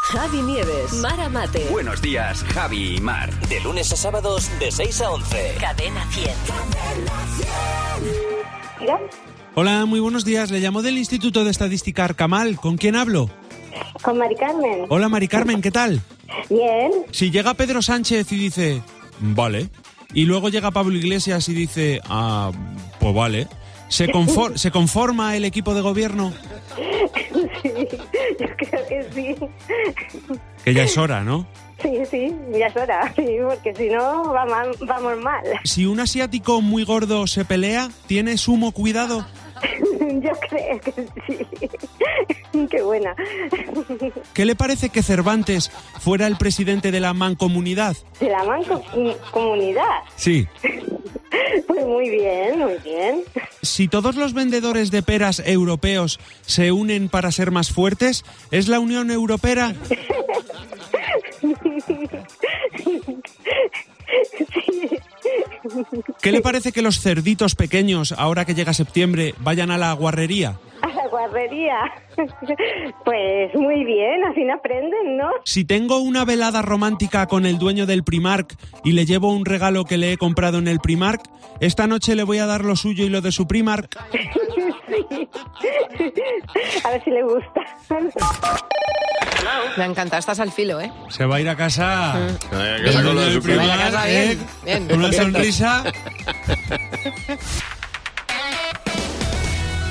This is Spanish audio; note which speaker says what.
Speaker 1: Javi Nieves, Mara Mate,
Speaker 2: Buenos días, Javi y Mar.
Speaker 3: De lunes a sábados de 6 a 11.
Speaker 1: Cadena 100.
Speaker 4: Mira,
Speaker 5: Hola, muy buenos días. Le llamo del Instituto de Estadística Arcamal. ¿Con quién hablo?
Speaker 4: con Mari Carmen.
Speaker 5: Hola, Mari Carmen, ¿qué tal?
Speaker 4: Bien,
Speaker 5: Si llega Pedro Sánchez y dice, vale, y luego llega Pablo Iglesias y dice, ah, pues vale, ¿se, confor- ¿se conforma el equipo de gobierno?
Speaker 4: sí, yo creo que sí.
Speaker 5: Que ya es hora, ¿no?
Speaker 4: Sí, sí, ya es hora, sí, porque si no va mal- vamos mal.
Speaker 5: Si un asiático muy gordo se pelea, tiene sumo cuidado.
Speaker 4: Yo creo que sí. Qué buena.
Speaker 5: ¿Qué le parece que Cervantes fuera el presidente de la mancomunidad?
Speaker 4: Se la manco comunidad.
Speaker 5: Sí.
Speaker 4: Pues muy bien, muy bien.
Speaker 5: Si todos los vendedores de peras europeos se unen para ser más fuertes, ¿es la Unión Europea? ¿Qué le parece que los cerditos pequeños, ahora que llega septiembre, vayan a la guarrería?
Speaker 4: A la guarrería. Pues muy bien, así no aprenden, ¿no?
Speaker 5: Si tengo una velada romántica con el dueño del Primark y le llevo un regalo que le he comprado en el Primark, esta noche le voy a dar lo suyo y lo de su Primark.
Speaker 4: A ver si le gusta.
Speaker 6: Me ha encantado, estás al filo, ¿eh?
Speaker 5: Se va a ir a casa
Speaker 7: Eh, que
Speaker 5: El
Speaker 7: saco
Speaker 5: dueño
Speaker 7: lo de
Speaker 5: del
Speaker 7: su
Speaker 6: primer-
Speaker 7: prima.
Speaker 5: Primark,
Speaker 6: Bien,
Speaker 5: ¿eh?
Speaker 6: bien.
Speaker 5: con una sonrisa.